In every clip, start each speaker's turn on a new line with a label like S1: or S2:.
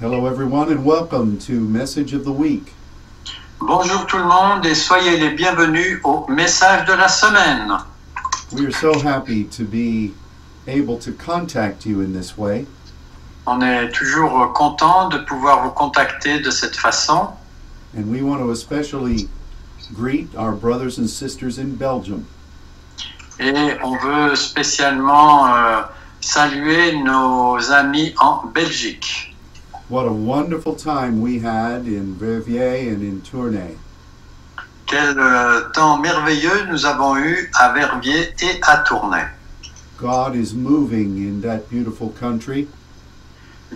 S1: Hello, everyone, and welcome to Message of the Week.
S2: Bonjour tout le monde et soyez les bienvenus au message de la semaine.
S1: We are so happy to be able to contact you in this way.
S2: On est toujours euh, content de pouvoir vous contacter de cette façon
S1: And we want to especially greet our brothers and sisters in Belgium.
S2: et on veut spécialement euh, saluer nos amis en Belgique.
S1: What a wonderful time we had in Verviers and in Tournai.
S2: Quel euh, temps merveilleux nous avons eu à Verviers et à Tournai.
S1: God is moving in that beautiful country,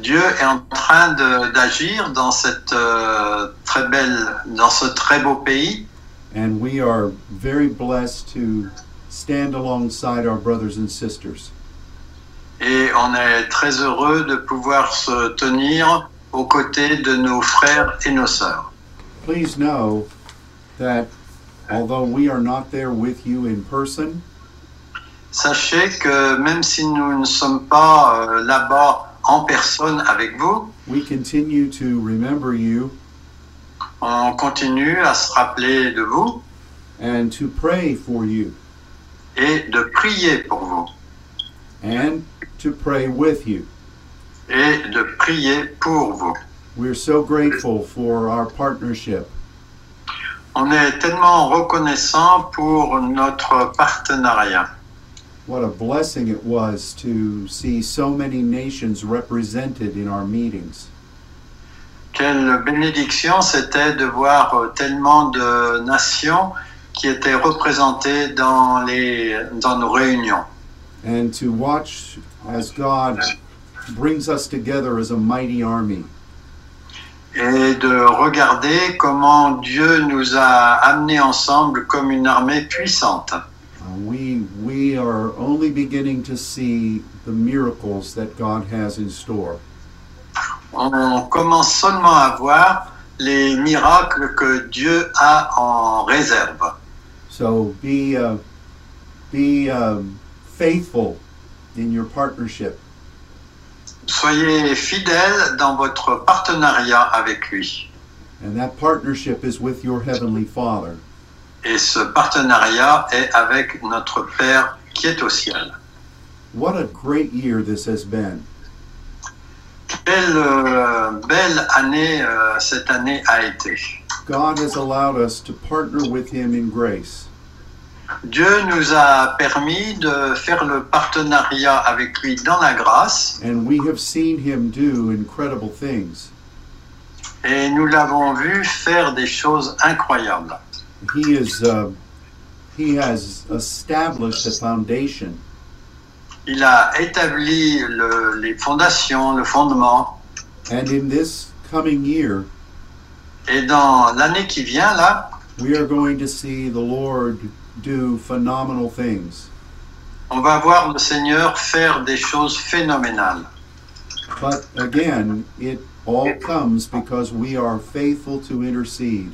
S2: Dieu est en train de- d'agir dans cette euh, très belle, dans ce très beau pays
S1: and we are very blessed to stand alongside our brothers and sisters.
S2: et on est très heureux de pouvoir se tenir aux côtés de nos frères et nos sœurs.
S1: Please know that although we are not there with you in person,
S2: Sachez que même si nous ne sommes pas euh, là-bas en personne avec vous,
S1: we continue to remember you
S2: on continue à se rappeler de vous
S1: and to pray for you
S2: et de prier pour vous
S1: and to pray with you.
S2: et de prier pour vous.
S1: We're so grateful for our partnership.
S2: On est tellement reconnaissant pour notre partenariat.
S1: What a blessing it was to see so many nations represented in our meetings.
S2: Quelle bénédiction c'était de voir euh, tellement de nations qui étaient représentées dans, les, dans nos réunions
S1: and to watch as God brings us together as a mighty army.
S2: et de regarder comment Dieu nous a amenés ensemble comme une armée puissante.
S1: Uh, we we are only beginning to see the miracles that God has in store.
S2: On commence seulement à voir les miracles que Dieu a en réserve.
S1: So be uh, be um, faithful in your partnership
S2: Soyez fidèles dans votre partenariat avec lui.
S1: and that partnership is with your heavenly Father.
S2: Et ce partenariat est avec notre Père qui est au ciel.
S1: What a great year this has been.
S2: Quelle euh, belle année euh, cette année a été.
S1: God has allowed us to partner with him in grace.
S2: Dieu nous a permis de faire le partenariat avec lui dans la grâce
S1: And we have seen him do incredible things.
S2: et nous l'avons vu faire des choses incroyables.
S1: he is uh, he has established a foundation
S2: Il a établi le- les fondations, le fondement
S1: and in this coming year
S2: et dans l'année qui vient là,
S1: we are going to see the lord do phenomenal things
S2: on va voir le Seigneur faire des choses phénoménales.
S1: but again it all comes because we are faithful to intercede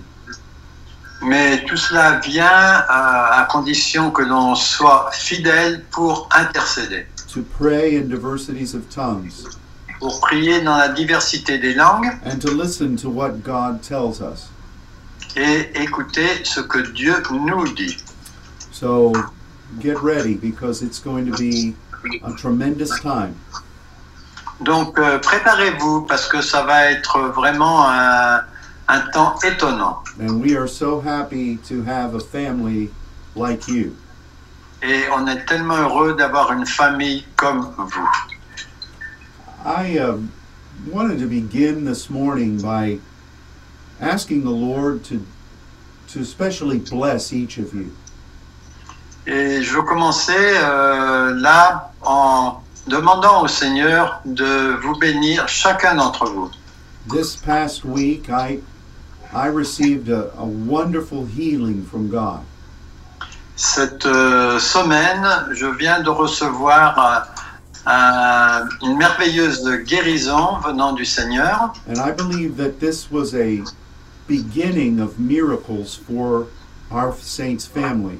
S2: Mais tout cela vient euh, à condition que l'on soit fidèle pour intercéder.
S1: to pray in diversities of tongues
S2: pour prier dans la diversité des langues
S1: and to listen to what god tells us
S2: et écouter ce que Dieu nous dit.
S1: so get ready because it's going to be a tremendous time
S2: Donc euh, préparez-vous parce que ça va être vraiment un, un temps étonnant.
S1: and we are so happy to have a family like you
S2: Et on est tellement heureux d'avoir une famille comme vous.
S1: I um wanted to begin this morning by asking the Lord to to especially bless each of you.
S2: Et je veux commencer euh, là en demandant au Seigneur de vous bénir chacun d'entre vous.
S1: This past week, I I received a, a wonderful healing from God,
S2: Cette euh, semaine, je viens de recevoir euh, un- une merveilleuse guérison venant du Seigneur
S1: and I believe that this was a beginning of miracles for our saints' family.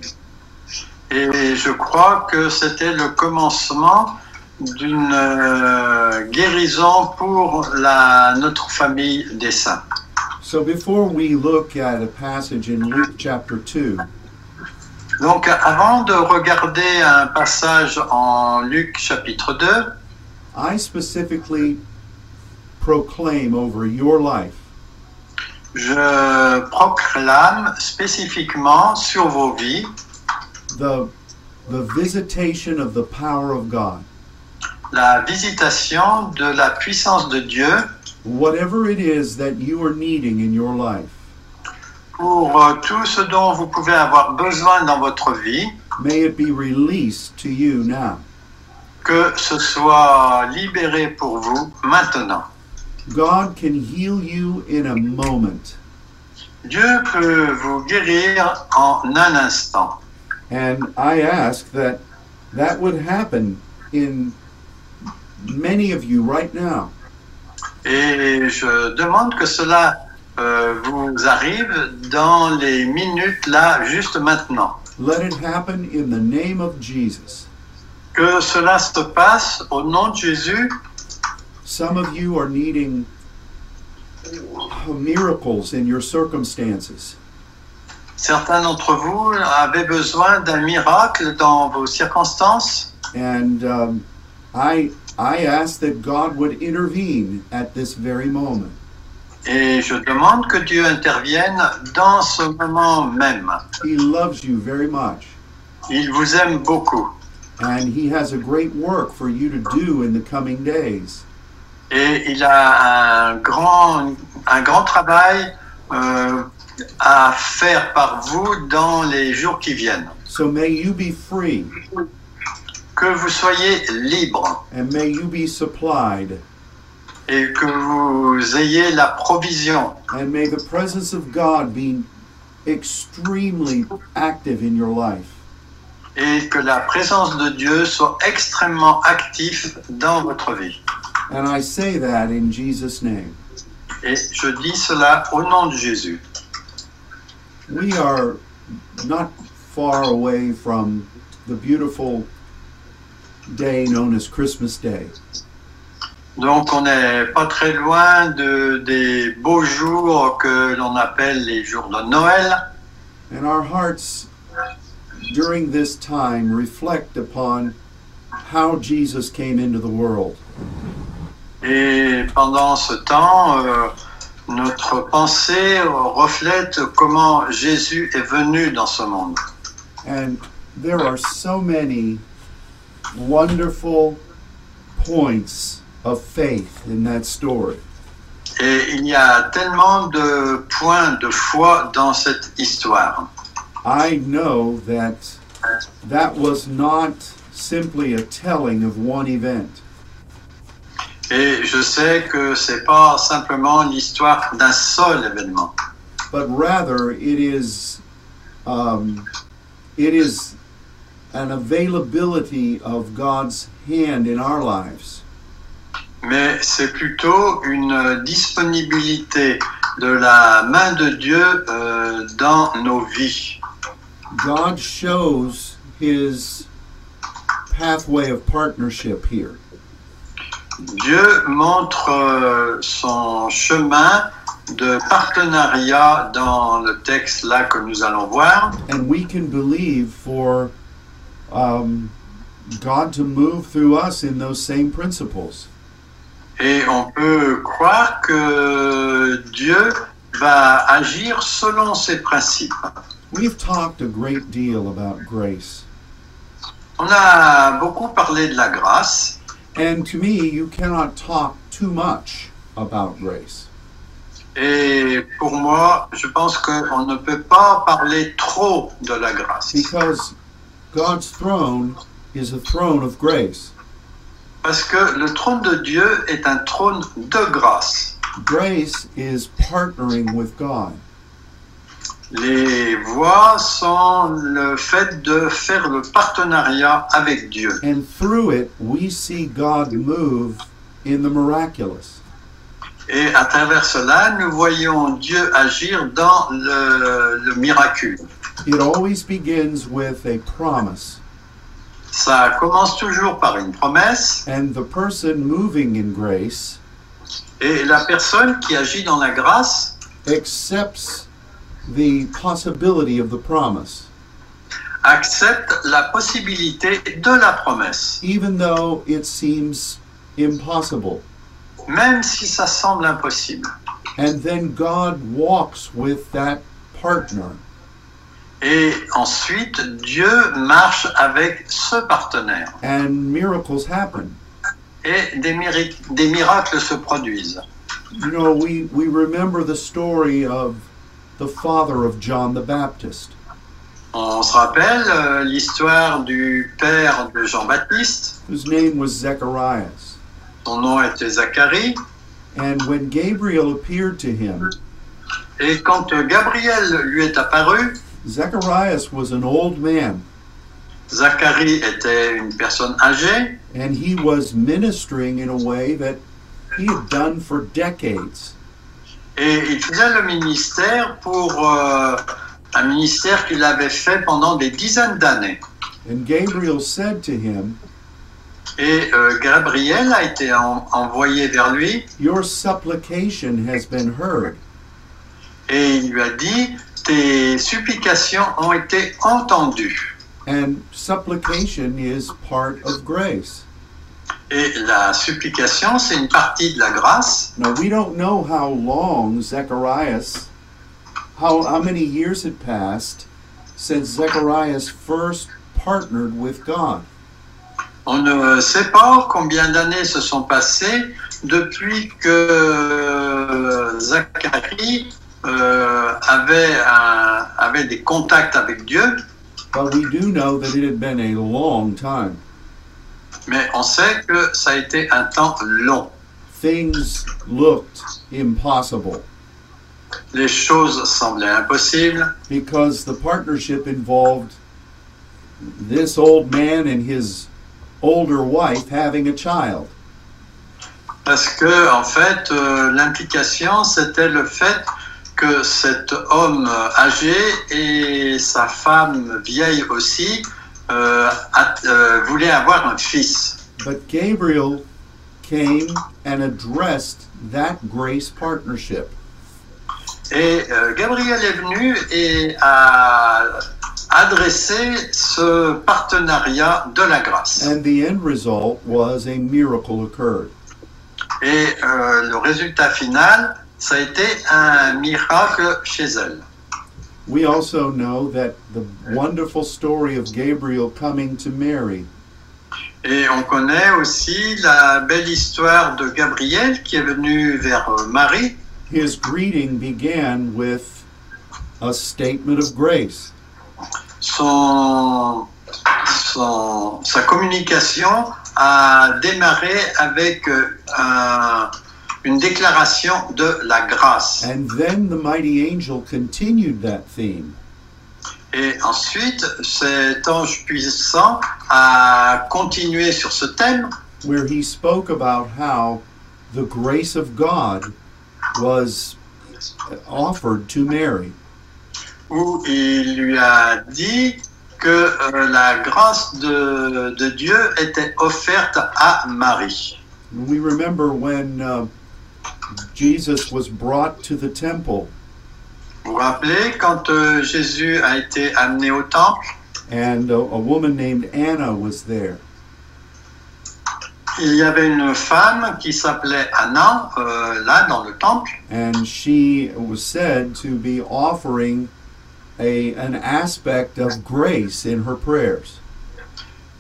S2: et je crois que c'était le commencement d'une euh, guérison pour la, notre famille des saints.
S1: So before we look at a passage in Luke chapter 2,
S2: Donc avant de regarder un passage en Luc chapitre 2,
S1: I specifically proclaim over your life
S2: je proclame spécifiquement sur vos vies
S1: the the visitation of the power of God.
S2: la visitation de la puissance de Dieu
S1: Whatever it is that you are needing in your life,
S2: pour euh, tout ce dont vous pouvez avoir besoin dans votre vie,
S1: may it be released to you now.
S2: que ce soit libéré pour vous maintenant.
S1: God can heal you in a moment.
S2: Dieu peut vous guérir en un instant.
S1: And I ask that that would happen in many of you right now.
S2: Et je demande que cela euh, vous arrive dans les minutes là, juste maintenant.
S1: Let it happen in the name of Jesus.
S2: Que cela se passe au nom de Jésus.
S1: Some of you are needing uh, miracles in your circumstances.
S2: Certains d'entre vous avaient besoin d'un miracle dans vos circonstances.
S1: And um, I, I ask that God would intervene at this very moment.
S2: Et je demande que Dieu intervienne dans ce moment même.
S1: He loves you very much,
S2: Il vous aime beaucoup.
S1: and He has a great work for you to do in the coming days.
S2: Et il a un grand, un grand travail euh, à faire par vous dans les jours qui viennent.
S1: So may you be free
S2: Que vous soyez libre
S1: and may you be supplied,
S2: et que vous ayez la provision.
S1: and may the presence of God be extremely active in your life.
S2: Et que la présence de Dieu soit extrêmement active dans votre vie.
S1: And I say that in Jesus' name.
S2: Et je dis cela au nom de Jésus.
S1: We are not far away from the beautiful day known as Christmas Day.
S2: Donc on n'est pas très loin de, des beaux jours que l'on appelle les jours de Noël.
S1: And our hearts during this time reflect upon how Jesus came into the world.
S2: Et pendant ce temps, euh, notre pensée reflète comment Jésus est venu dans ce monde.
S1: And there are so many wonderful points of faith in that story.
S2: Et il y a tellement de points de foi dans cette histoire.
S1: I know that that was not simply a telling of one event.
S2: Et je sais que c'est pas simplement l'histoire d'un seul événement,
S1: but rather it is um, it is an availability of God's hand in our lives.
S2: mais c'est plutôt une disponibilité de la main de Dieu euh, dans nos vies.
S1: God shows his pathway of partnership here.
S2: Dieu montre euh, son chemin de partenariat dans le texte là que nous allons voir
S1: And we can believe for um, God to move through us in those same principles.
S2: et on peut croire que Dieu va agir selon ses principes.
S1: We've talked a great deal about grace.
S2: On a beaucoup parlé de la grâce
S1: And to me, you cannot talk too much about grace.
S2: et pour moi je pense qu'on ne peut pas parler trop de la grâce
S1: Because God's throne is a throne of grace.
S2: parce que le trône de Dieu est un trône de grâce.
S1: Grace is partnering with God.
S2: Les voies sont le fait de faire le partenariat avec Dieu.
S1: And through it, we see God move in the miraculous.
S2: Et à travers cela, nous voyons Dieu agir dans le, le miracle.
S1: It always begins with a promise.
S2: Ça commence toujours par une promesse
S1: and the person moving in grace
S2: et la personne qui agit dans la grâce
S1: accepts the possibility of the promise,
S2: accepte la possibilité de la promesse,
S1: even though it seems impossible.
S2: même si ça semble impossible.
S1: And then God walks with that partner
S2: Et ensuite, Dieu marche avec ce partenaire
S1: and miracles happen.
S2: et des, miri- des miracles se produisent.
S1: You know, we, we remember the story of the father of John the Baptist.
S2: On se rappelle euh, l'histoire du père de Jean-Baptiste,
S1: whose name was Zacharias.
S2: son nom était Zacharie,
S1: And when Gabriel appeared to him,
S2: et quand euh, Gabriel lui est apparu,
S1: Zacharias was an old man
S2: Zacharie était une personne âgée
S1: and he was ministering in a way that he had done for decades.
S2: et il faisait le ministère pour euh, un ministère qu'il avait fait pendant des dizaines d'années.
S1: And Gabriel said to him,
S2: Et euh, Gabriel a été en- envoyé vers lui
S1: Your supplication has been heard,
S2: et il lui a dit Tes supplications ont été entendues.
S1: and supplication is part of grace.
S2: Et la supplication, c'est une partie de la grâce.
S1: Now, we don't know how long Zacharias, how, how many years had passed since Zacharias first partnered with God.
S2: On ne sait pas combien d'années se sont passées depuis que euh, Zacharie euh, avait, un- avait des contacts avec Dieu,
S1: But we do know that it had been a long time.
S2: mais on sait que ça a été un temps long.
S1: Things looked impossible
S2: Les choses semblaient impossibles.
S1: because the partnership involved this old man and his older wife having a child.
S2: Parce que, en fait, euh, l'implication, c'était le fait que cet homme euh, âgé et sa femme vieille aussi euh, at- euh, voulaient avoir un fils.
S1: But Gabriel came and addressed that grace partnership.
S2: Et euh, Gabriel est venu et a adressé ce partenariat de la grâce.
S1: And the end result was a miracle occurred.
S2: Et euh, le résultat final, ça a été un miracle chez elle.
S1: We also know that the wonderful story of Gabriel coming to Mary
S2: Et on connaît aussi la belle histoire de Gabriel qui est venu vers euh, Marie.
S1: His greeting began with a statement of grace.
S2: Son, son- sa communication a démarré avec euh, un- une déclaration de la grâce.
S1: And then the mighty angel continued that theme
S2: Et ensuite, cet ange puissant a continué sur ce thème
S1: where he spoke about how the grace of God was offered to Mary.
S2: où il lui a dit que euh, la grâce de- de Dieu était offerte à Marie.
S1: We remember when uh, Jesus was brought to the temple
S2: Vous vous rappelez quand euh, Jésus a été amené au temple,
S1: and a, a woman named Anna was there.
S2: il y avait une femme qui s'appelait Anna, euh, là dans le temple,
S1: and she was said to be offering a an aspect of grace in her prayers.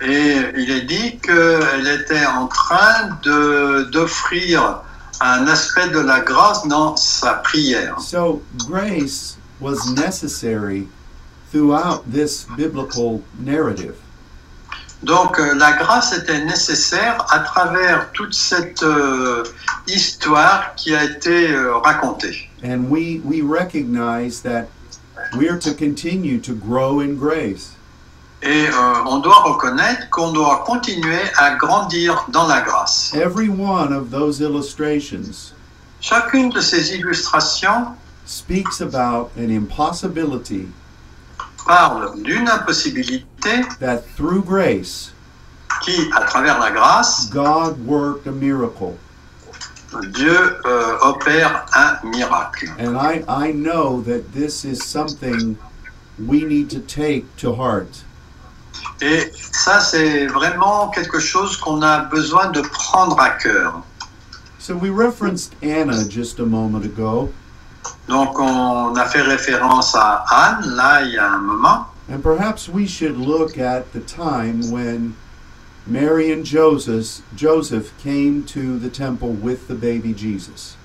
S2: et il est dit qu'elle était en train de- d'offrir un aspect de la grâce dans sa prière.
S1: So grace was necessary throughout this biblical narrative.
S2: Donc euh, la grâce était nécessaire à travers toute cette euh, histoire qui a été euh, racontée.
S1: And we, we recognize that we're to continue to grow in grace.
S2: Et euh, on doit reconnaître qu'on doit continuer à grandir dans la grâce.
S1: Every one of those illustrations
S2: Chacune de ces illustrations
S1: speaks about an impossibility
S2: parle d'une impossibilité
S1: that through grace
S2: qui, à travers la grâce,
S1: God worked a miracle.
S2: Dieu euh, opère un miracle.
S1: And I, I know that this is something we need to take to heart.
S2: Et ça, c'est vraiment quelque chose qu'on a besoin de prendre à cœur.
S1: So we referenced Anna just a moment ago,
S2: Donc, on a fait référence à Anne, là, il y a un moment.
S1: and perhaps we should look at the time when Mary and Joseph, Joseph came to the temple with the baby Jesus.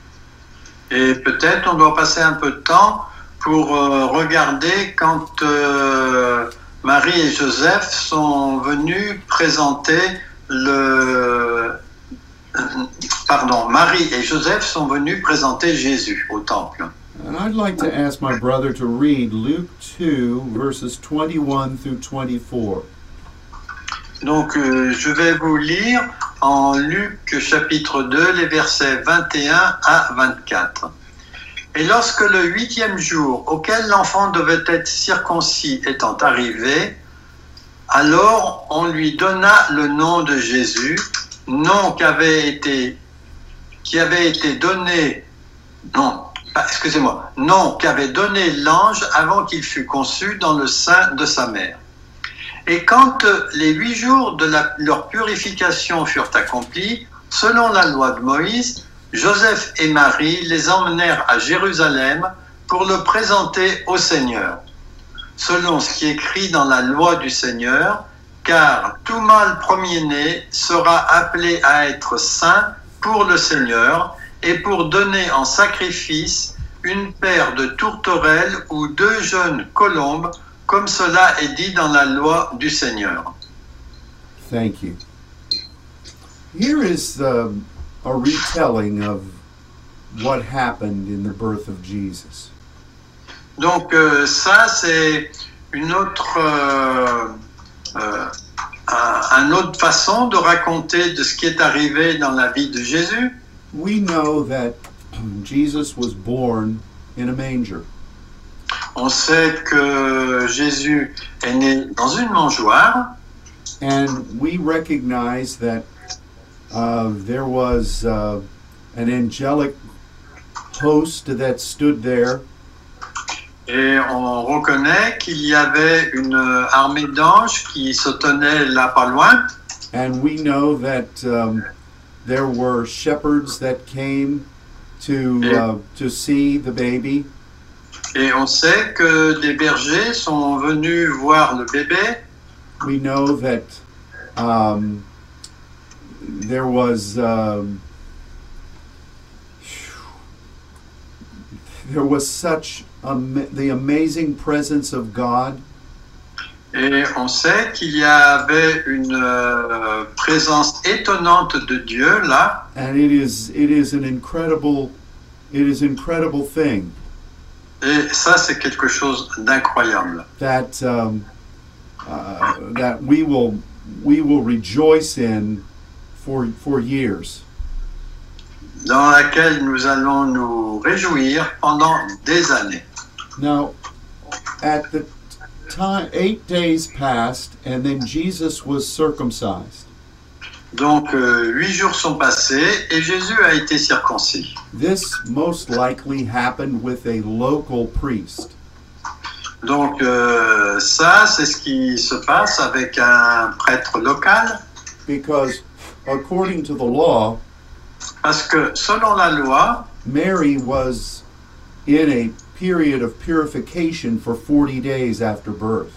S2: Et peut-être on doit passer un peu de temps pour euh, regarder quand euh, Marie et Joseph sont venus présenter le... euh, Pardon, Marie et Joseph sont venus présenter Jésus au temple.
S1: And I'd like to ask my brother to read Luke 2, verses 21 through 24.
S2: Donc euh, je vais vous lire en Luc chapitre 2 les versets 21 à 24. Et lorsque le huitième jour auquel l'enfant devait être circoncis étant arrivé, alors on lui donna le nom de Jésus, nom qu'avait été, qui avait été donné, non, ah, excusez-moi, nom qu'avait donné l'ange avant qu'il fût conçu dans le sein de sa mère. Et quand euh, les huit jours de la- leur purification furent accomplis, selon la loi de Moïse, Joseph et Marie les emmenèrent à Jérusalem pour le présenter au Seigneur, selon ce qui est écrit dans la loi du Seigneur, car tout mâle premier-né sera appelé à être saint pour le Seigneur et pour donner en sacrifice une paire de tourterelles ou deux jeunes colombes comme cela est dit dans la loi du Seigneur.
S1: Thank you. Here is um, a retelling of what happened in the birth of Jesus.
S2: Donc euh, ça, c'est une autre, euh, euh, un- un autre façon de raconter de ce qui est arrivé dans la vie de Jésus.
S1: We know that Jesus was born in a manger.
S2: On sait que Jésus est né dans une mangeoire
S1: And we recognize that uh, there was uh, an angelic host that stood there,
S2: et on reconnaît qu'il y avait une armée d'anges qui se tenait là pas loin.
S1: and we know that um, there were shepherds that came to uh, to see the baby,
S2: Et on sait que des bergers sont venus voir le bébé
S1: we know that um, there was um, there was such ama- the amazing presence of God,
S2: Et on sait qu'il y avait une euh, présence étonnante de Dieu là,
S1: and it is it is an incredible it is incredible thing
S2: et ça c'est quelque chose d'incroyable.
S1: that um, uh, that we will we will rejoice in for for years.
S2: Dans laquelle nous allons nous réjouir pendant des années.
S1: Now, at the time, eight days passed, and then Jesus was circumcised.
S2: Donc euh, huit jours sont passés et Jésus a été circoncis.
S1: This most likely happened with a local priest.
S2: Donc euh, ça c'est ce qui se passe avec un prêtre local,
S1: Because, according to the law,
S2: parce que selon la loi,
S1: Mary was in a period of purification for 40 days after birth.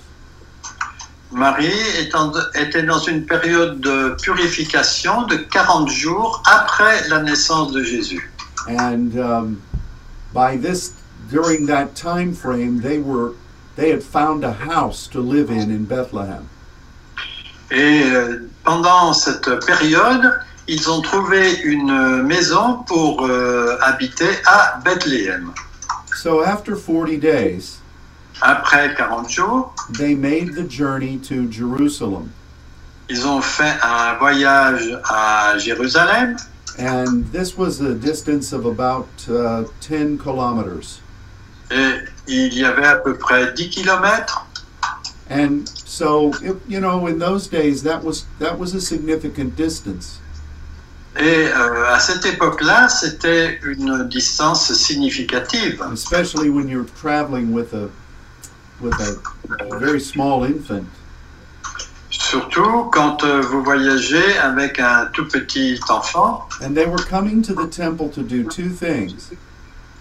S2: Marie étant- était dans une période de purification de 40 jours après la naissance de Jésus.
S1: And um, by this, during that time frame, they were they had found a house to live in in Bethlehem.
S2: Et euh, pendant cette période, ils ont trouvé une euh, maison pour euh, habiter à Bethléem.
S1: So after 40 days,
S2: Après 40 jours,
S1: they made the journey to Jerusalem.
S2: ils ont fait un voyage à Jérusalem
S1: And this was a distance of about uh, 10 kilometers.
S2: et il y avait à peu près 10 kilomètres.
S1: And so, it, you know, in those days, that was that was a significant distance.
S2: Et euh, à cette époque-là, c'était une distance significative,
S1: especially when you're traveling with a with a, a very small infant.
S2: surtout quand euh, vous voyagez avec un tout petit enfant.
S1: And they were coming to the temple to do two things.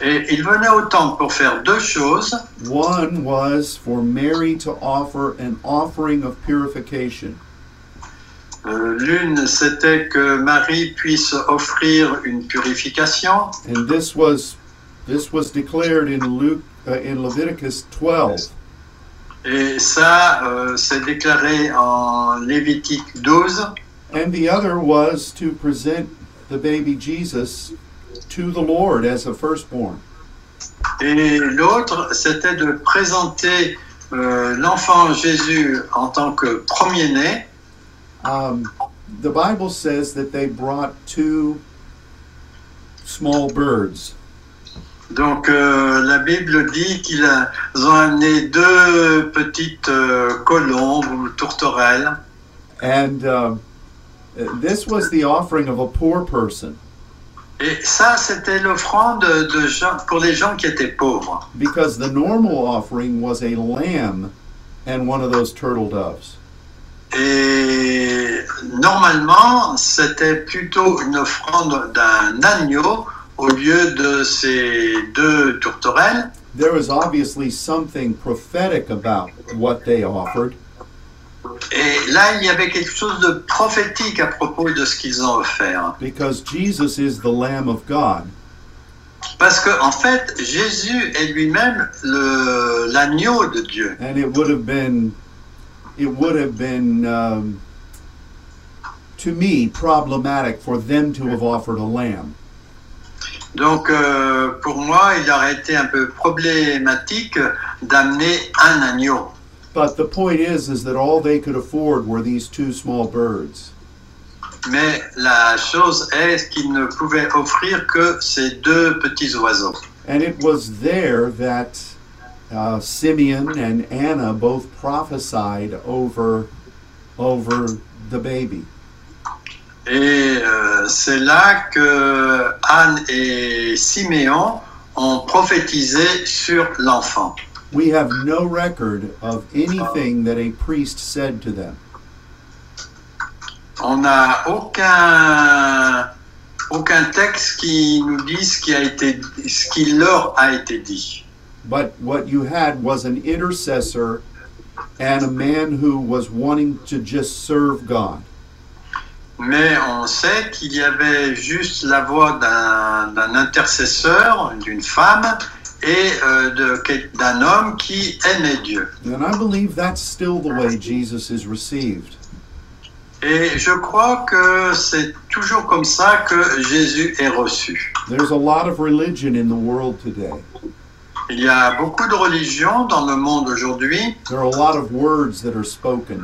S2: Et il venait au temple pour faire deux choses.
S1: One was for Mary to offer an offering of purification,
S2: Euh, L'une, c'était que Marie puisse offrir une purification.
S1: and this was this was declared in Luke uh, in Leviticus 12.
S2: Et ça, euh, c'est déclaré en Lévitique 12.
S1: And the other was to present the baby Jesus to the Lord as a firstborn.
S2: Et l'autre, c'était de présenter euh, l'enfant Jésus en tant que premier-né.
S1: Um, the Bible says that they brought two small birds.
S2: Donc euh, la Bible dit qu'ils a- ont amené deux petites euh, colombes ou tourterelles.
S1: And um, uh, this was the offering of a poor person
S2: Et ça, c'était l'offrande de gens, pour les gens qui étaient pauvres.
S1: because the normal offering was a lamb and one of those turtle doves.
S2: Et normalement, c'était plutôt une offrande d'un agneau au lieu de ces deux tourterelles.
S1: There was obviously something prophetic about what they offered,
S2: Et là, il y avait quelque chose de prophétique à propos de ce qu'ils ont offert.
S1: because Jesus is the Lamb of God.
S2: Parce que, en fait, Jésus est lui-même le- l'agneau de Dieu.
S1: and it would have been it would have been um, to me problematic for them to have offered a lamb
S2: Donc, euh, pour moi, il aurait été un peu problématique d'amener un agneau.
S1: but the point is is that all they could afford were these two small birds
S2: Mais la chose est qu'il ne pouvait offrir que ces deux petits oiseaux.
S1: and it was there that uh, simeon and anna both prophesied over over the baby
S2: Et euh, c'est là que Anne et Siméon ont prophétisé sur l'enfant.
S1: we have no record of anything that a priest said to them
S2: On n'a aucun, aucun texte qui nous dise ce qui, a été, ce qui leur a été dit.
S1: But what you had was an intercessor and a man who was wanting to just serve God.
S2: Mais on sait qu'il y avait juste la voix d'un d'un intercesseur, d'une femme et euh, de quel- d'un homme qui aimait Dieu.
S1: And I believe that's still the way Jesus is received.
S2: Et je crois que c'est toujours comme ça que Jésus est reçu.
S1: There's a lot of religion in the world today.
S2: Il y a beaucoup de religions dans le monde aujourd'hui
S1: There are a lot of words that are spoken,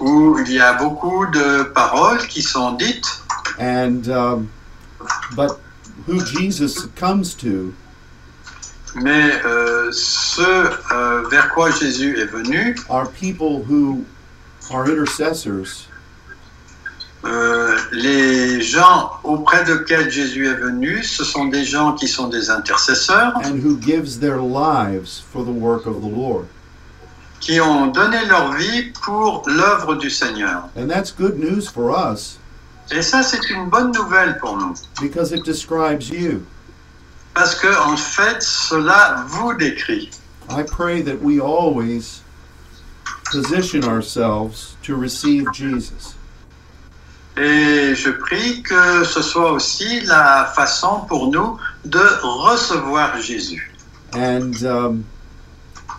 S2: où il y a beaucoup de paroles qui sont dites,
S1: and um, but who Jesus comes to
S2: mais euh, ce euh, vers quoi Jésus est venu,
S1: are people who are intercessors
S2: Euh, les gens auprès desquels Jésus est venu, ce sont des gens qui sont des intercesseurs,
S1: and who gives their lives for the work of the Lord.
S2: qui ont donné leur vie pour l'œuvre du Seigneur.
S1: And that's good news for us
S2: Et ça, c'est une bonne nouvelle pour nous,
S1: because it describes you.
S2: parce que en fait, cela vous décrit.
S1: I pray that we always position ourselves to receive Jesus.
S2: Et je prie que ce soit aussi la façon pour nous de recevoir Jésus.
S1: And um,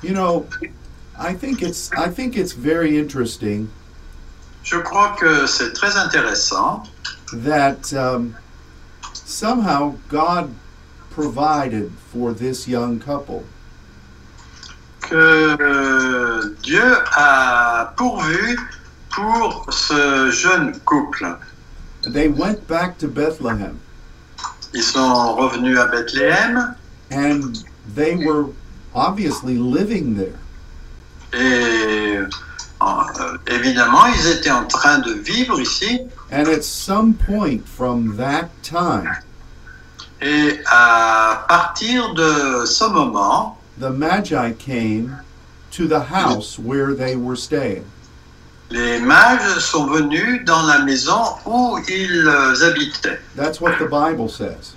S1: you know, I think it's I think it's very interesting
S2: Je crois que c'est très intéressant
S1: that um, somehow God provided for this young couple.
S2: que euh, Dieu a pourvu pour ce jeune couple.
S1: They went back to Bethlehem
S2: Ils sont revenus à Bethléem
S1: and they were obviously living there.
S2: et euh, évidemment, ils étaient en train de vivre ici.
S1: And at some point from that time,
S2: Et à partir de ce moment,
S1: the Magi came to the house where they were staying.
S2: les mages sont venus dans la maison où ils euh, habitaient.
S1: That's what the Bible says.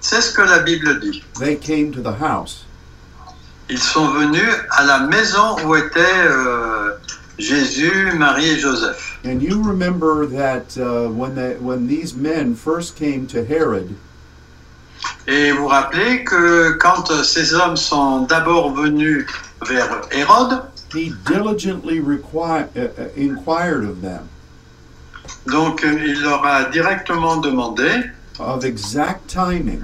S2: C'est ce que la Bible dit.
S1: They came to the house.
S2: Ils sont venus à la maison où étaient euh, Jésus, Marie et Joseph.
S1: And you remember that uh, when, the, when these men first came to Herod,
S2: Et vous rappelez que quand euh, ces hommes sont d'abord venus vers Hérode,
S1: he diligently requi- uh, uh, inquired of them
S2: donc euh, il leur a directement demandé
S1: of exact timing.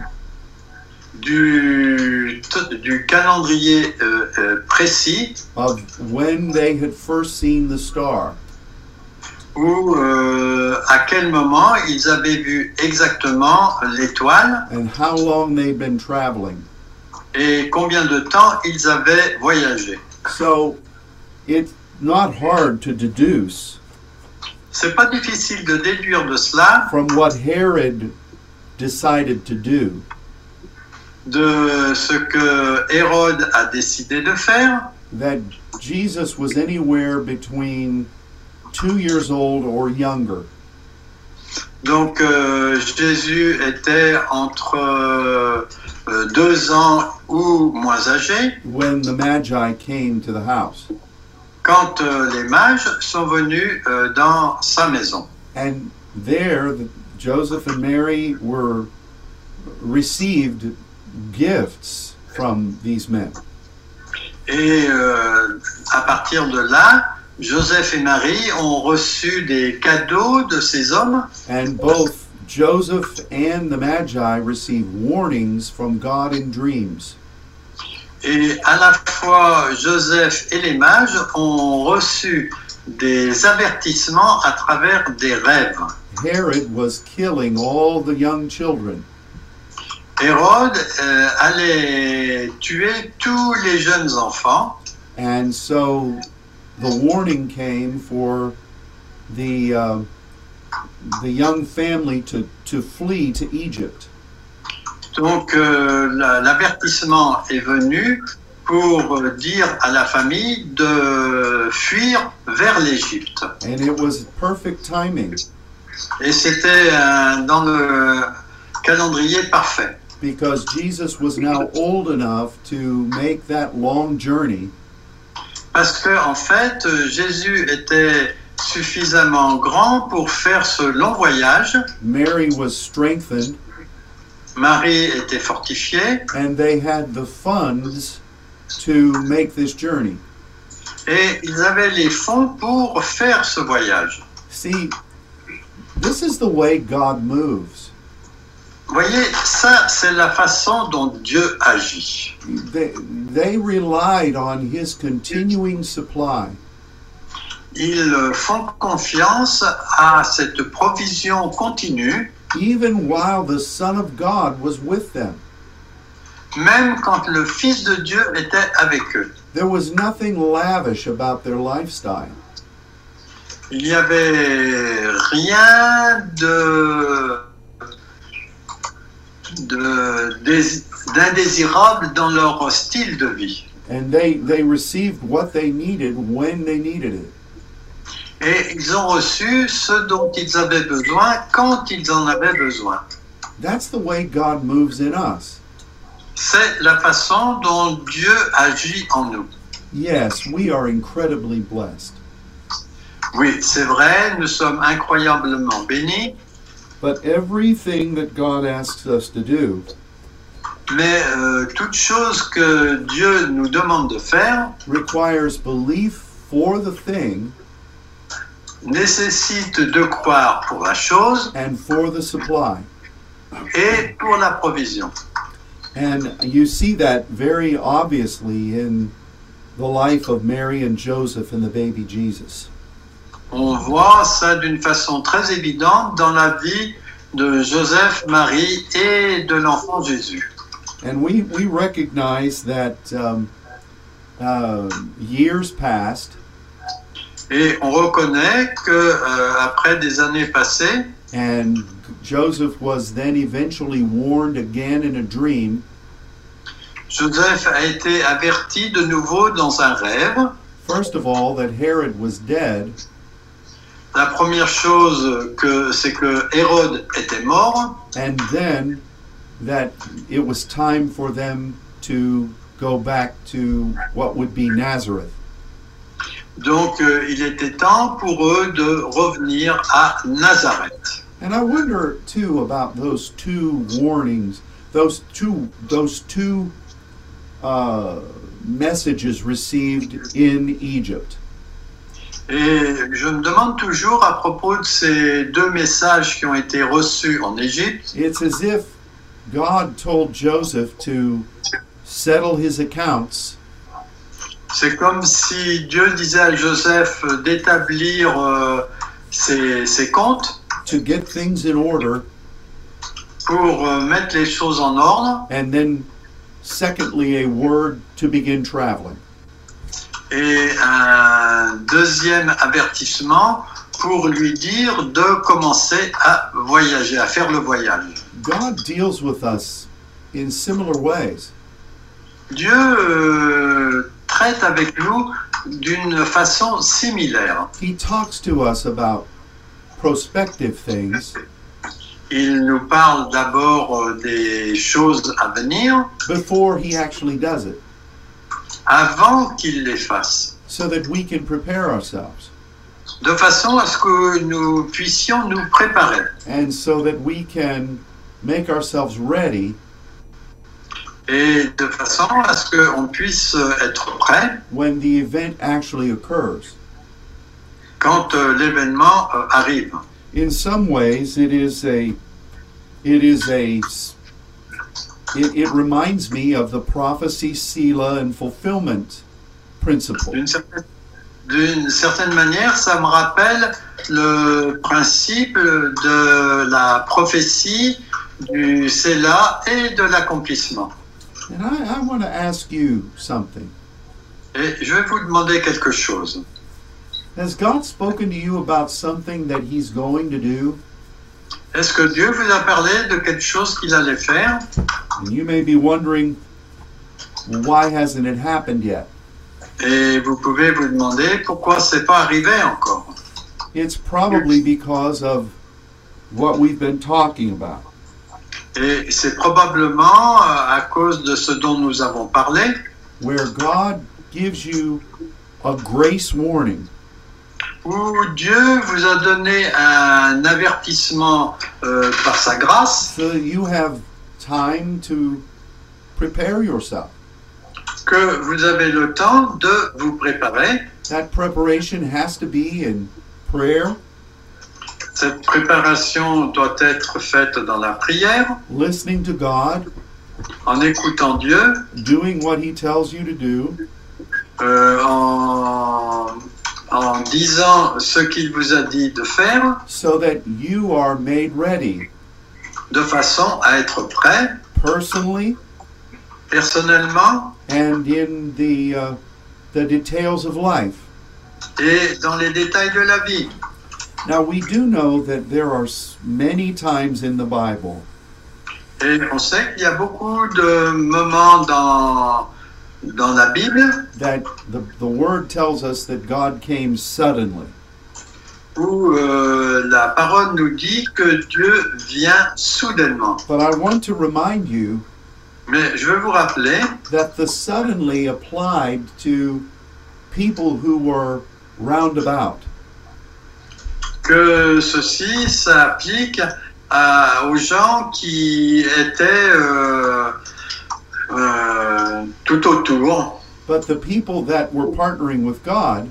S2: du, t- du calendrier euh, euh, précis
S1: of when they had first seen the star.
S2: où euh, à quel moment ils avaient vu exactement l'étoile
S1: and how long they've been traveling.
S2: et combien de temps ils avaient voyagé.
S1: So it's not hard to deduce
S2: C'est pas difficile de déduire de cela
S1: from what Herod decided to do
S2: de ce que Hérode a décidé de faire
S1: that Jesus was anywhere between two years old or younger.
S2: Donc euh, Jésus était entre euh, euh, deux ans ou moins âgé
S1: When the Magi came to the house.
S2: quand euh, les mages sont venus euh, dans sa maison.
S1: And there, the, Joseph and Mary were received gifts from these men.
S2: Et euh, à partir de là, Joseph et Marie ont reçu des cadeaux de ces hommes
S1: And both Joseph and the Magi receive warnings from God in dreams.
S2: et à la fois Joseph et les mages ont reçu des avertissements à travers des rêves.
S1: Herod was killing all the young children,
S2: Hérode euh, allait tuer tous les jeunes enfants
S1: and so the warning came for the uh, the young family to to flee to Egypt.
S2: Donc euh, la- l'avertissement est venu pour euh, dire à la famille de fuir vers l'Égypte.
S1: And it was perfect timing
S2: Et c'était euh, dans le calendrier parfait.
S1: because Jesus was now old enough to make that long journey
S2: Parce que en fait, euh, Jésus était suffisamment grand pour faire ce long voyage.
S1: Mary was strengthened
S2: Marie était fortifiée
S1: and they had the funds to make this journey.
S2: et ils avaient les fonds pour faire ce voyage.
S1: See, this is the way God moves.
S2: Vous voyez, ça, c'est la façon dont Dieu agit.
S1: They, they relied on His continuing supply,
S2: Ils euh, font confiance à cette provision continue,
S1: even while the Son of God was with them.
S2: même quand le Fils de Dieu était avec eux.
S1: There was nothing lavish about their lifestyle.
S2: Il n'y avait rien de de- dés- d'indésirable dans leur style de vie.
S1: And they, they received what they needed when they needed it.
S2: Et ils ont reçu ce dont ils avaient besoin quand ils en avaient besoin.
S1: That's the way God moves in us.
S2: C'est la façon dont Dieu agit en nous.
S1: Yes, we are incredibly blessed.
S2: Oui, c'est vrai, nous sommes incroyablement bénis.
S1: But everything that God asks us to do
S2: Mais euh, toute chose que Dieu nous demande de faire
S1: requires belief for the thing
S2: nécessite de croire pour la chose
S1: and for the supply.
S2: et pour la provision.
S1: And you see that very obviously in the life of Mary and Joseph and the baby Jesus.
S2: On voit ça d'une façon très évidente dans la vie de Joseph, Marie et de l'enfant Jésus.
S1: And we, we recognize that um, uh, years passed,
S2: Et on reconnaît que euh, après des années passées,
S1: And Joseph was then eventually warned again in a dream
S2: Joseph a été averti de nouveau dans un rêve.
S1: First of all, that Herod was dead,
S2: La première chose que c'est que Hérode était mort
S1: and then that it was time for them to go back to what would be Nazareth.
S2: Donc euh, il était temps pour eux de revenir à Nazareth.
S1: And I wonder too about those two warnings, those two those two uh, messages received in Egypt.
S2: Et je me demande toujours à propos de ces deux messages qui ont été reçus en Égypte.
S1: It's as if God told Joseph to settle his accounts
S2: C'est comme si Dieu disait à Joseph d'établir euh, ses, ses comptes
S1: to get things in order,
S2: pour euh, mettre les choses en ordre
S1: and then secondly a word to begin traveling.
S2: et un deuxième avertissement pour lui dire de commencer à voyager, à faire le voyage.
S1: God deals with us in similar ways.
S2: Dieu euh, traite avec nous d'une façon similaire.
S1: He talks to us about prospective things
S2: Il nous parle d'abord euh, des choses à venir
S1: before he actually does it.
S2: avant qu'il les fasse,
S1: so that we can prepare ourselves
S2: de façon à ce que nous puissions nous préparer
S1: and so that we can make ourselves ready
S2: et de façon à ce qu'on puisse euh, être prêt
S1: when the event actually occurs.
S2: quand euh, l'événement euh, arrive.
S1: In some ways, it is a, it is a, s- it, it reminds me of the prophecy, Sela, and fulfillment principle.
S2: D'une certaine, d'une certaine manière, ça me rappelle le principe de la prophétie, du cela et de l'accomplissement.
S1: And I, I want to ask you something.
S2: Et je vais vous demander quelque chose.
S1: Has God spoken to you about something that He's going to do?
S2: Est-ce que Dieu vous a parlé de quelque chose qu'il allait faire
S1: And you may be wondering, well, why hasn't it happened yet?
S2: Et vous pouvez vous demander pourquoi c'est pas arrivé encore.
S1: It's probably because of what we've been talking about.
S2: Et c'est probablement euh, à cause de ce dont nous avons parlé,
S1: Where God gives you a grace warning
S2: où Dieu vous a donné un avertissement euh, par sa grâce
S1: so that you have time to prepare yourself.
S2: que vous avez le temps de vous préparer.
S1: That preparation has to be in prayer,
S2: Cette préparation doit être faite dans la prière,
S1: listening to God,
S2: en écoutant Dieu,
S1: doing what He tells you to do,
S2: euh, en, en disant ce qu'il vous a dit de faire,
S1: so that you are made ready
S2: de façon à être prêt
S1: personally
S2: personnellement
S1: and in the, uh, the details of life.
S2: et dans les détails de la vie.
S1: Now, we do know that there are s- many times in the Bible
S2: Et on sait qu'il y a beaucoup de moments dans, dans la Bible
S1: that the, the Word tells us that God came suddenly.
S2: où euh, la parole nous dit que Dieu vient soudainement.
S1: But I want to remind you
S2: Mais je veux vous rappeler
S1: that the suddenly applied to people who were roundabout.
S2: que ceci s'applique à- aux gens qui étaient euh, euh, tout autour.
S1: But the people that were partnering with God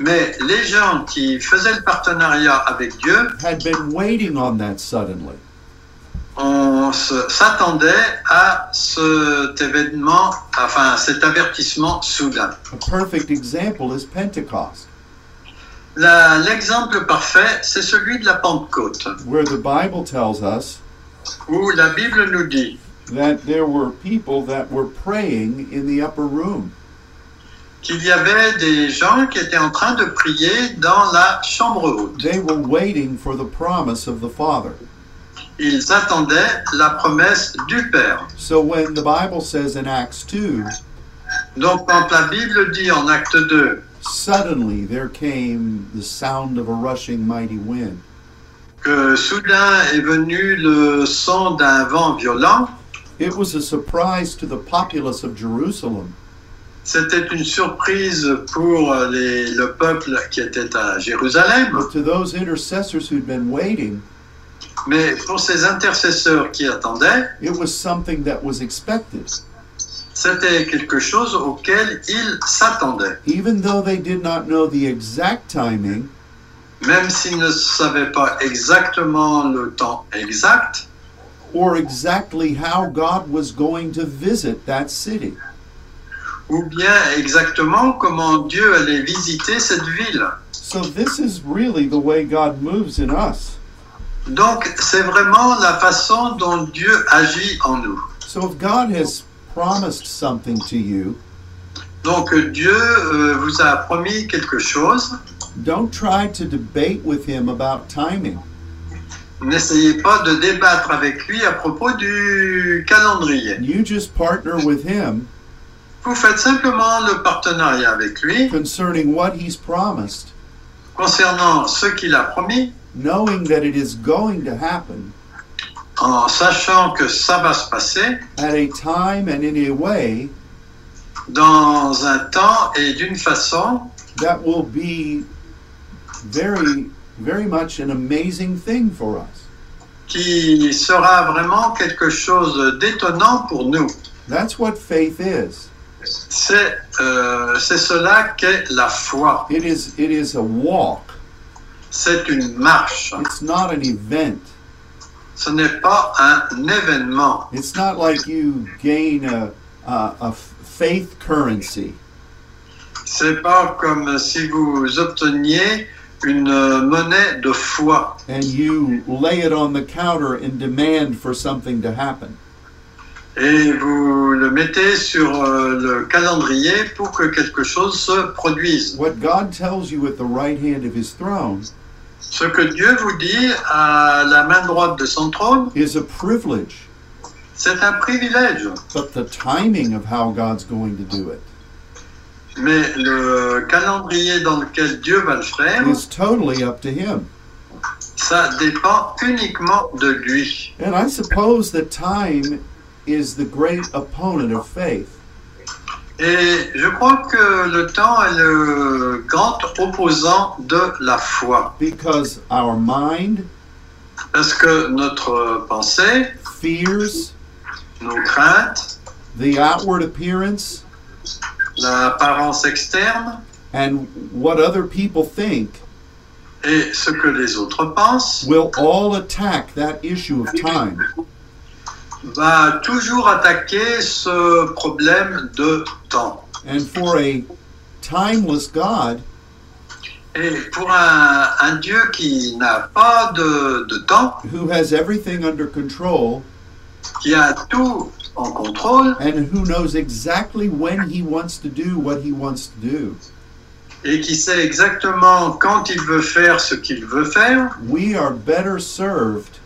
S2: Mais les gens qui faisaient le partenariat avec Dieu,
S1: had been waiting on that suddenly.
S2: on se- s'attendait à cet événement, enfin cet avertissement soudain.
S1: A perfect example is Pentecost,
S2: La- L'exemple parfait, c'est celui de la Pentecôte,
S1: where the Bible tells us
S2: où la Bible nous dit
S1: that there were people that were praying in the upper room.
S2: qu'il y avait des gens qui étaient en train de prier dans la chambre haute.
S1: They were waiting for the promise of the Father.
S2: Ils attendaient la promesse du Père.
S1: So when the Bible says in Acts 2,
S2: Donc quand la Bible dit en acte 2,
S1: suddenly there came the sound of a rushing mighty wind,
S2: que soudain est venu le son d'un vent violent,
S1: it was a surprise to the populace of Jerusalem.
S2: c'était une surprise pour les- le peuple qui était à Jérusalem,
S1: But to those intercessors who'd been waiting,
S2: mais pour ces intercesseurs qui attendaient,
S1: it was something that was expected.
S2: c'était quelque chose auquel ils s'attendaient.
S1: Even though they did not know the exact timing,
S2: Même s'ils ne savaient pas exactement le temps exact,
S1: or exactly how God was going to visit that city.
S2: ou bien exactement comment Dieu allait visiter cette ville.
S1: So, this is really the way God moves in us.
S2: Donc c'est vraiment la façon dont Dieu agit en nous.
S1: So, if God has promised something to you,
S2: Donc Dieu euh, vous a promis quelque chose.
S1: don't try to debate with Him about timing.
S2: N'essayez pas de débattre avec lui à propos du calendrier.
S1: You just partner with Him
S2: Vous faites simplement le partenariat avec lui
S1: concerning what He's promised,
S2: concernant ce qu'il a promis,
S1: knowing that it is going to happen
S2: en sachant que ça va se passer
S1: at a time and in a way
S2: dans un temps et d'une façon
S1: that will be very, very much an amazing thing for us.
S2: qui sera vraiment quelque chose d'étonnant pour nous.
S1: That's what faith is.
S2: C'est euh, c'est cela qu'est la foi.
S1: It is it is a walk.
S2: C'est une marche.
S1: It's not an event.
S2: Ce n'est pas un événement.
S1: It's not like you gain a a, a f- faith currency.
S2: C'est pas comme si vous obteniez une euh, monnaie de foi
S1: And you lay it on the counter and demand for something to happen.
S2: et vous le mettez sur euh, le calendrier pour que quelque chose se produise.
S1: What God tells you at the right hand of His throne
S2: Ce que Dieu vous dit à la main droite de son trône,
S1: is a privilege,
S2: c'est un privilège.
S1: but the timing of how God's going to do it
S2: Mais le calendrier dans lequel Dieu va le faire,
S1: is totally up to Him.
S2: ça dépend uniquement de lui.
S1: And I suppose that time is the great opponent of faith.
S2: Et je crois que le temps est le grand opposant de la foi.
S1: because our mind
S2: Parce que notre pensée,
S1: fears
S2: nos craintes,
S1: the outward appearance
S2: l'apparence externe
S1: and what other people think
S2: et ce que les autres pensent
S1: will all attack that issue of time.
S2: va toujours attaquer ce problème de temps.
S1: And for a timeless God,
S2: Et pour un, un Dieu qui n'a pas de, de temps,
S1: who has everything under control
S2: qui a tout en contrôle
S1: and who knows exactly when he wants to do what he wants to do,
S2: et qui sait exactement quand il veut faire ce qu'il veut faire,
S1: we are better served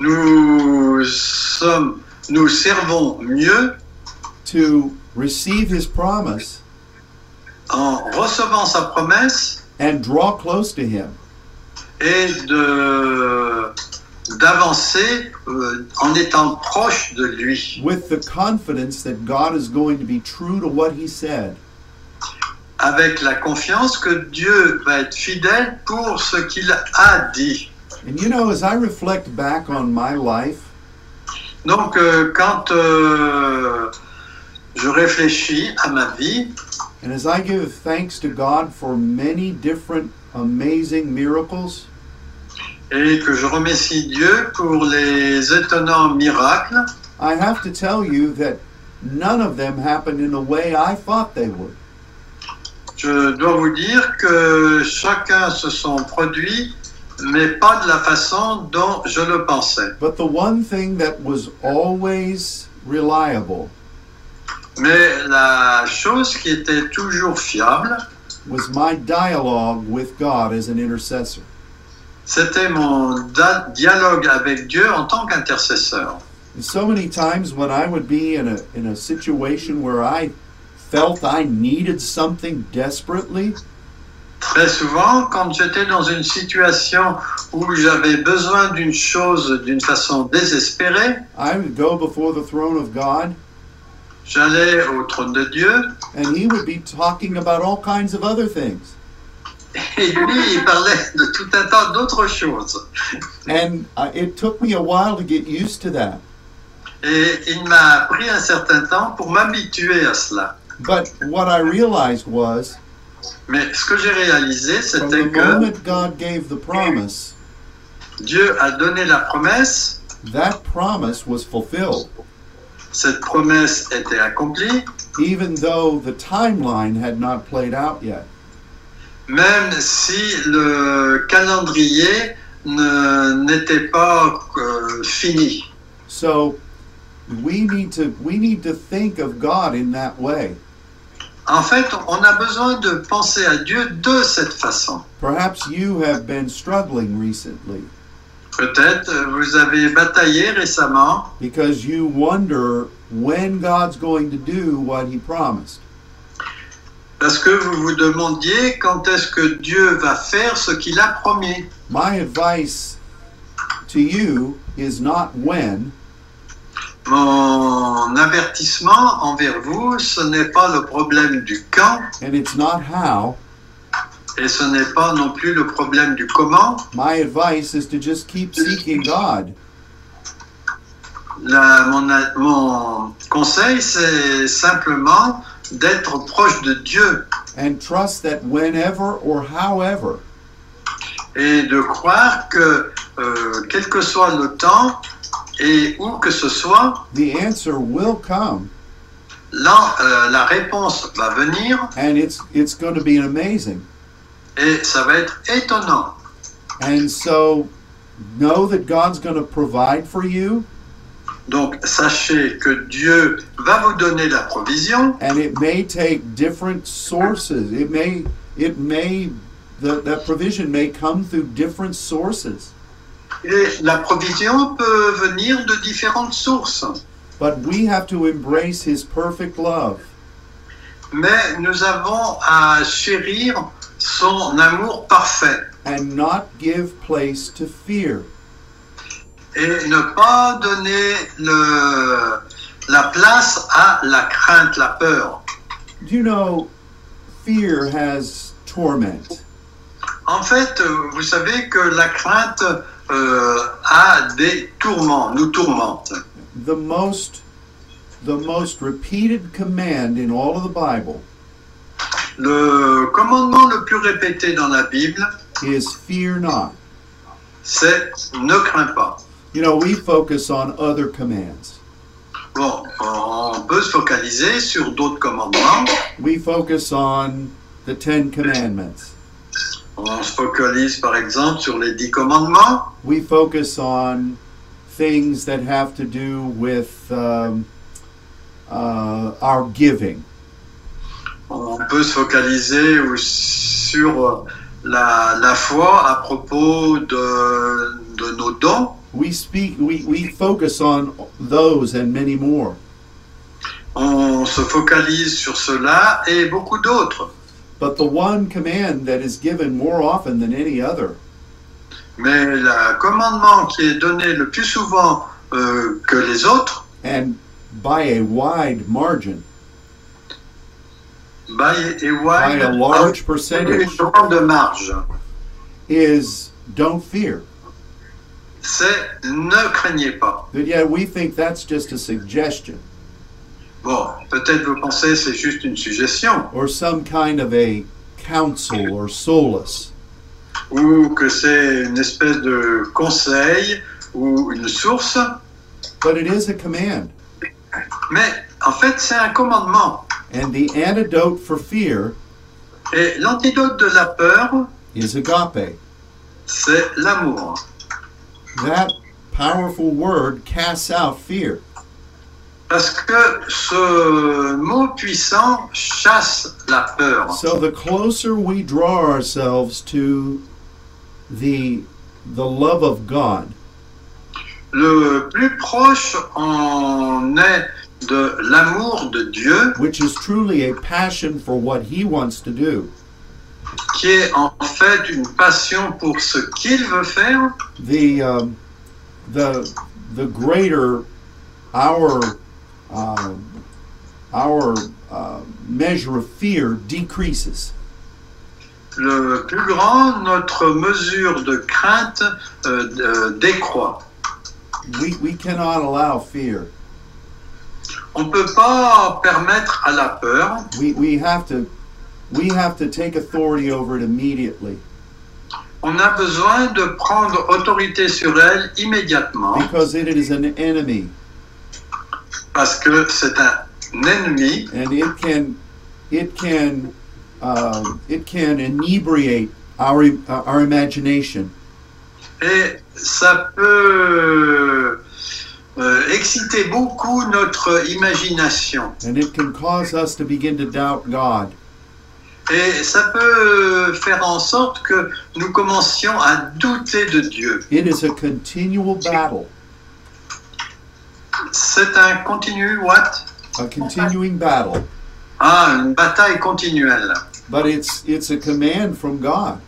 S2: nous sommes, nous servons mieux
S1: to receive his promise
S2: en recevant sa promesse
S1: and draw close to him
S2: et de d'avancer euh, en étant proche de lui,
S1: with the confidence that God is going to be true to what he said.
S2: avec la confiance que Dieu va être fidèle pour ce qu'il a dit.
S1: And you know, as I reflect back on my life,
S2: Donc euh, quand euh, je réfléchis à ma vie
S1: and as I give thanks to God for many different amazing miracles,
S2: et que je remercie Dieu pour les étonnants miracles,
S1: I have to tell you that none of them happened in the way I thought they would.
S2: je dois vous dire que chacun se sont produits, mais pas de la façon dont je le pensais.
S1: But the one thing that was always reliable
S2: Mais la chose qui était toujours fiable,
S1: was my dialogue with God as an intercessor.
S2: c'était mon da- dialogue avec Dieu en tant qu'intercesseur.
S1: And so many times when I would be in a in a situation where I felt I needed something desperately,
S2: Très souvent, quand j'étais dans une situation où j'avais besoin d'une chose d'une façon désespérée,
S1: I would go before the throne of God
S2: j'allais au trône de Dieu
S1: and he would be talking about all kinds of other things.
S2: et lui, il parlait de tout un tas d'autres choses.
S1: And uh, it took me a while to get used to that.
S2: Et il m'a pris un certain temps pour m'habituer à cela.
S1: But what I realized was
S2: Mais ce que j'ai réalisé,
S1: from the
S2: c'était que
S1: moment God gave the promise,
S2: Dieu a donné la promesse,
S1: that promise was fulfilled,
S2: cette promesse était accomplie,
S1: even though the timeline had not played out yet.
S2: même si le calendrier ne- n'était pas euh, fini.
S1: So we need to we need to think of God in that way.
S2: En fait, on a besoin de penser à Dieu de cette façon.
S1: Perhaps you have been struggling recently
S2: Peut-être euh, vous avez bataillé récemment
S1: because you wonder when God's going to do what he promised.
S2: parce que vous vous demandiez quand est-ce que Dieu va faire ce qu'il a promis.
S1: My advice to you is not when,
S2: Mon avertissement envers vous, ce n'est pas le problème du quand
S1: and it's not how.
S2: et ce n'est pas non plus le problème du comment.
S1: My advice is to just keep seeking God.
S2: La- mon, a- mon conseil, c'est simplement d'être proche de Dieu
S1: and trust that whenever or however
S2: et de croire que euh, quel que soit le temps et où que ce soit,
S1: the answer will come
S2: là, euh, la réponse va venir
S1: and it's it's going to be amazing
S2: et ça va être étonnant.
S1: and so know that god's going to provide for you
S2: Donc sachez que Dieu va vous donner la provision
S1: and it may take different sources it may it may the, that provision may come through different sources
S2: et la provision peut venir de différentes sources.
S1: but we have to embrace his perfect love
S2: Mais nous avons à chérir son amour parfait
S1: and not give place to fear
S2: et ne pas donner le- la place à la crainte, la peur.
S1: do you know fear has torment
S2: En fait, euh, vous savez que la crainte euh, a des tourments, nous tourmente.
S1: the most the most repeated command in all of the Bible
S2: Le commandement le plus répété dans la Bible,
S1: is fear not.
S2: c'est ne crains pas.
S1: You know, we focus on other commands.
S2: Bon, on peut se focaliser sur d'autres commandements.
S1: We focus on the 10 commandments.
S2: On se focalise par exemple sur les dix commandements.
S1: We focus on things that have to do with um, uh, our giving.
S2: On peut se focaliser ou- sur euh, la, la foi à propos de, de nos dons.
S1: We speak we, we focus on those and many more.
S2: On se focalise sur cela et beaucoup d'autres.
S1: But the one command that is given more often than any other
S2: Mais le commandement qui est donné le plus souvent euh, que les autres,
S1: and by a wide margin
S2: by et
S1: by
S2: wide,
S1: a large percentage
S2: une grande marge,
S1: is don't fear.
S2: c'est ne craignez pas.
S1: But yet we think that's just a suggestion
S2: Bon, peut-être vous pensez c'est juste une suggestion
S1: or some kind of a counsel or solace.
S2: ou que c'est une espèce de conseil ou une source,
S1: But it is a command.
S2: mais en fait c'est un commandement.
S1: And the antidote for fear
S2: Et l'antidote de la peur,
S1: is agape.
S2: c'est l'amour.
S1: That powerful word casts out fear.
S2: Parce que ce mot puissant chasse la peur.
S1: So the closer we draw ourselves to the the love of God,
S2: Le plus proche on est de l'amour de Dieu,
S1: which is truly a passion for what he wants to do,
S2: qui est en fait une passion pour ce qu'il veut faire,
S1: the um, the the greater our um our uh, measure of fear decreases.
S2: le plus grand, notre mesure de crainte euh, de- décroît.
S1: We we cannot allow fear.
S2: On ne peut pas permettre à la peur,
S1: We we have to we have to take authority over it immediately
S2: on a besoin de prendre autorité sur elle immédiatement
S1: because it is an enemy
S2: parce que c'est un ennemi
S1: and it can it can uh, it can inebriate our uh, our imagination.
S2: et ça peut euh, exciter beaucoup notre imagination
S1: and it can cause us to begin to doubt God.
S2: et ça peut faire en sorte que nous commencions à douter de Dieu.
S1: It is a continual battle,
S2: C'est un continu, what
S1: a continuing battle,
S2: Ah, une bataille continuelle.
S1: but it's it's a command from God.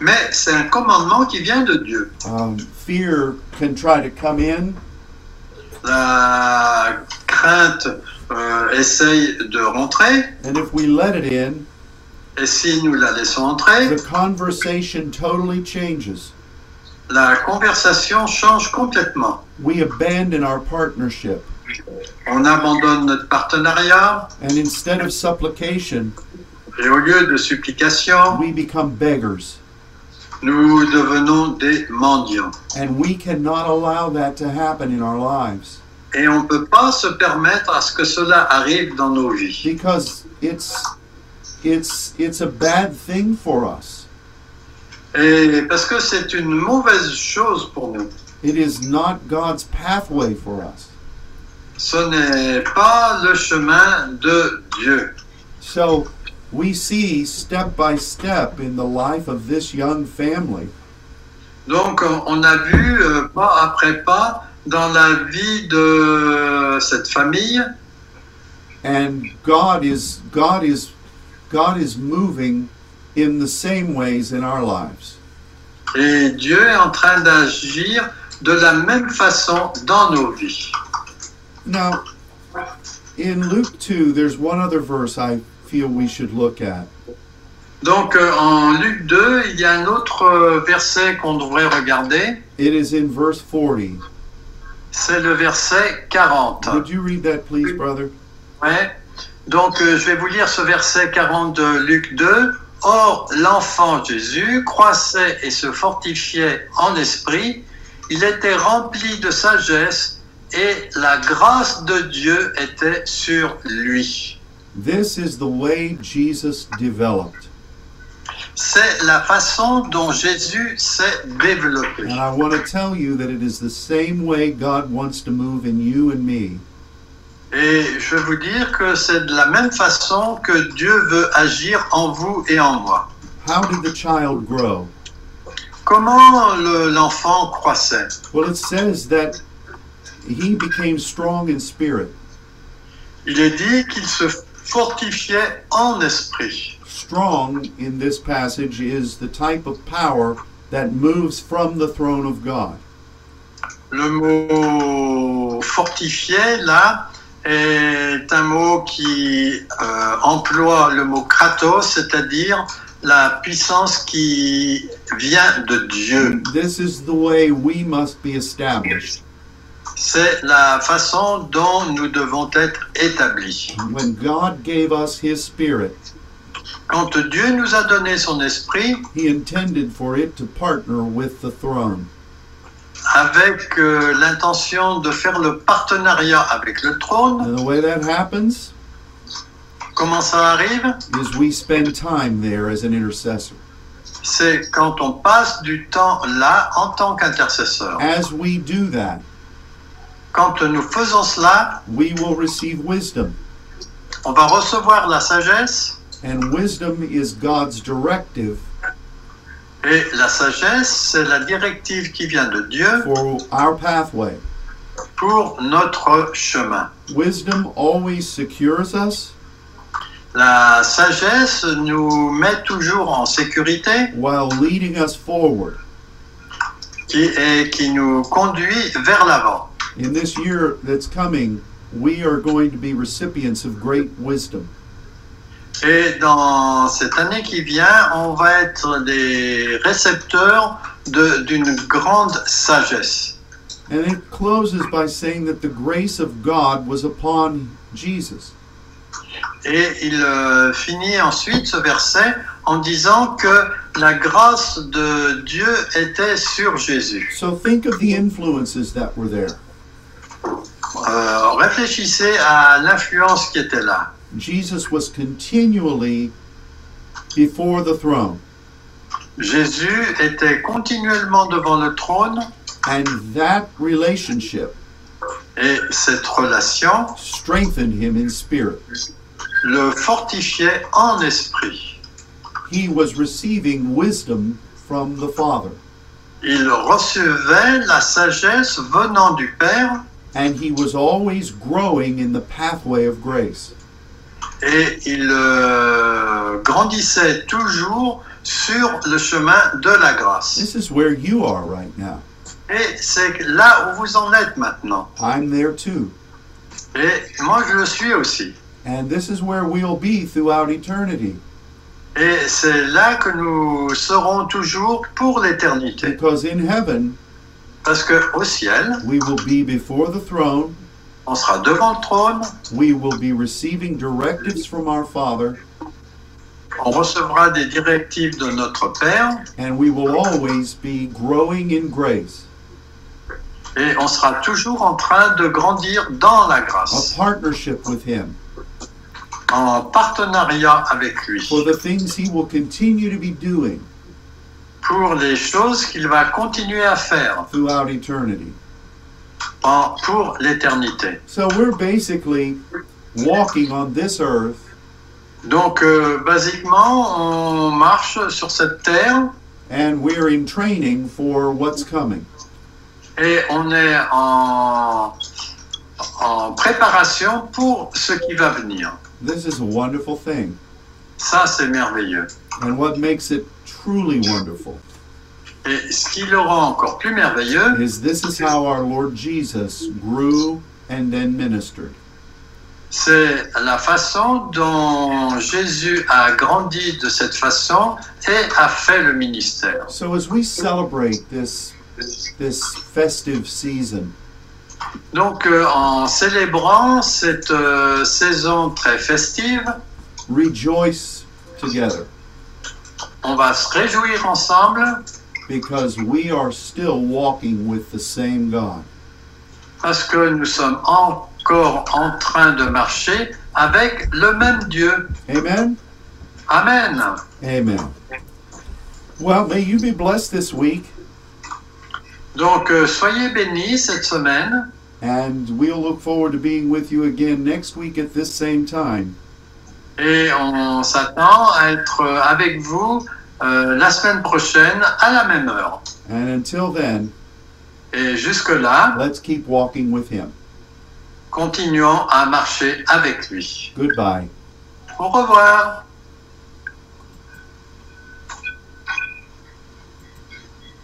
S2: Mais c'est un commandement qui vient de Dieu.
S1: Um, fear can try to come in,
S2: La crainte euh, essaye de rentrer,
S1: and if we let it in,
S2: Et si nous la laissons entrer,
S1: the conversation totally changes.
S2: la conversation change complètement.
S1: We abandon our partnership,
S2: On abandonne notre partenariat
S1: and instead of supplication,
S2: et au lieu de supplication,
S1: we become beggars,
S2: nous devenons des mendiants.
S1: and we cannot allow that to happen in our lives
S2: Et on ne peut pas se permettre à ce que cela arrive dans nos vies.
S1: because it's it's it's a bad thing for us.
S2: Et parce que c'est une mauvaise chose pour nous.
S1: It is not God's pathway for us.
S2: Ce n'est pas le chemin de Dieu.
S1: So we see step by step in the life of this young family
S2: Donc on a vu euh, pas après pas dans la vie de cette famille
S1: and God is God is God is moving in the same ways in our lives.
S2: Et Dieu est en train d'agir de la même façon dans nos vies.
S1: Now in Luke 2 there's one other verse I feel we should look at.
S2: Donc euh, en Luc 2, il y a un autre euh, verset qu'on devrait regarder.
S1: It is in verse 40.
S2: C'est le verset 40.
S1: Would you read that please brother?
S2: Ouais. Donc euh, je vais vous lire ce verset 40 de Luc 2. Or l'enfant Jésus croissait et se fortifiait en esprit. Il était rempli de sagesse et la grâce de Dieu était sur lui.
S1: This is the way Jesus developed.
S2: C'est la façon dont Jésus s'est développé.
S1: And I want to tell you that it is the same way God wants to move in you and me.
S2: Et je vais vous dire que c'est de la même façon que Dieu veut agir en vous et en moi.
S1: How did the child grow?
S2: Comment le- l'enfant croissait
S1: Well, it says that he became strong in spirit.
S2: Il est dit qu'il se fortifiait en esprit.
S1: Strong in this passage is the type of power that moves from the throne of God.
S2: Le mot fortifier, là, est un mot qui euh, emploie le mot kratos, c'est-à-dire la puissance qui vient de Dieu.
S1: This is the way we must be established.
S2: C'est la façon dont nous devons être établis.
S1: When God gave us his spirit,
S2: Quand Dieu nous a donné son esprit,
S1: he intended for it to partner with the throne.
S2: avec euh, l'intention de faire le partenariat avec le trône,
S1: And the way that happens
S2: comment ça arrive
S1: is we spend time there as an intercessor.
S2: C'est quand on passe du temps là en tant qu'intercesseur.
S1: As we do that,
S2: Quand nous faisons cela,
S1: we will receive wisdom.
S2: on va recevoir la sagesse
S1: And wisdom is God's directive
S2: et la sagesse, c'est la directive qui vient de Dieu
S1: for our pathway.
S2: pour notre chemin.
S1: Wisdom always secures us
S2: La sagesse nous met toujours en sécurité
S1: while leading us forward.
S2: qui, et qui nous conduit vers l'avant.
S1: In this year that's coming, we are going to be recipients of great wisdom.
S2: Et dans cette année qui vient, on va être des récepteurs de- d'une grande sagesse.
S1: And it closes by saying that the grace of God was upon Jesus.
S2: Et il euh, finit ensuite ce verset en disant que la grâce de Dieu était sur Jésus.
S1: So think of the influences that were there.
S2: Euh, réfléchissez à l'influence qui était là.
S1: Jesus was continually before the throne,
S2: Jésus était continuellement devant le trône
S1: and that relationship
S2: et cette relation
S1: strengthened him in spirit.
S2: le fortifiait en esprit.
S1: He was receiving wisdom from the Father,
S2: Il recevait la sagesse venant du Père
S1: and he was always growing in the pathway of grace.
S2: et il euh, grandissait toujours sur le chemin de la grâce.
S1: This is where you are right now.
S2: Et c'est là où vous en êtes maintenant.
S1: I'm there too.
S2: Et moi, je le suis aussi.
S1: And this is where we'll be throughout eternity
S2: Et c'est là que nous serons toujours pour l'éternité.
S1: because in heaven
S2: Parce que au ciel,
S1: we will be before the throne,
S2: on sera devant le trône,
S1: we will be receiving directives from our Father,
S2: on recevra des directives de notre Père
S1: and we will always be growing in grace,
S2: et on sera toujours en train de grandir dans la grâce.
S1: a partnership with Him
S2: en partenariat avec lui
S1: for the things He will continue to be doing
S2: pour les choses qu'il va continuer à faire
S1: throughout eternity.
S2: en- pour l'éternité.
S1: So we're basically walking on this earth
S2: Donc, euh, basiquement, on marche sur cette terre
S1: and we're in training for what's coming.
S2: et on est en, en préparation pour ce qui va venir.
S1: This is a wonderful thing.
S2: Ça, c'est merveilleux.
S1: And what makes it truly wonderful
S2: Et ce qui le rend encore plus merveilleux,
S1: is this is how our Lord Jesus grew and then ministered.
S2: c'est la façon dont Jésus a grandi de cette façon et a fait le ministère.
S1: So as we celebrate this this festive season,
S2: Donc, euh, en célébrant cette euh, saison très festive,
S1: rejoice together
S2: on va se réjouir ensemble
S1: because we are still walking with the same God.
S2: parce que nous sommes encore en train de marcher avec le même Dieu.
S1: Amen.
S2: Amen.
S1: Amen. Well, may you be blessed this week
S2: Donc, euh, soyez bénis cette semaine
S1: and we'll look forward to being with you again next week at this same time.
S2: et on s'attend à être euh, avec vous euh, la semaine prochaine à la même heure.
S1: And until then,
S2: Et jusque-là,
S1: let's keep walking with him.
S2: continuons à marcher avec lui.
S1: Goodbye.
S2: Au revoir.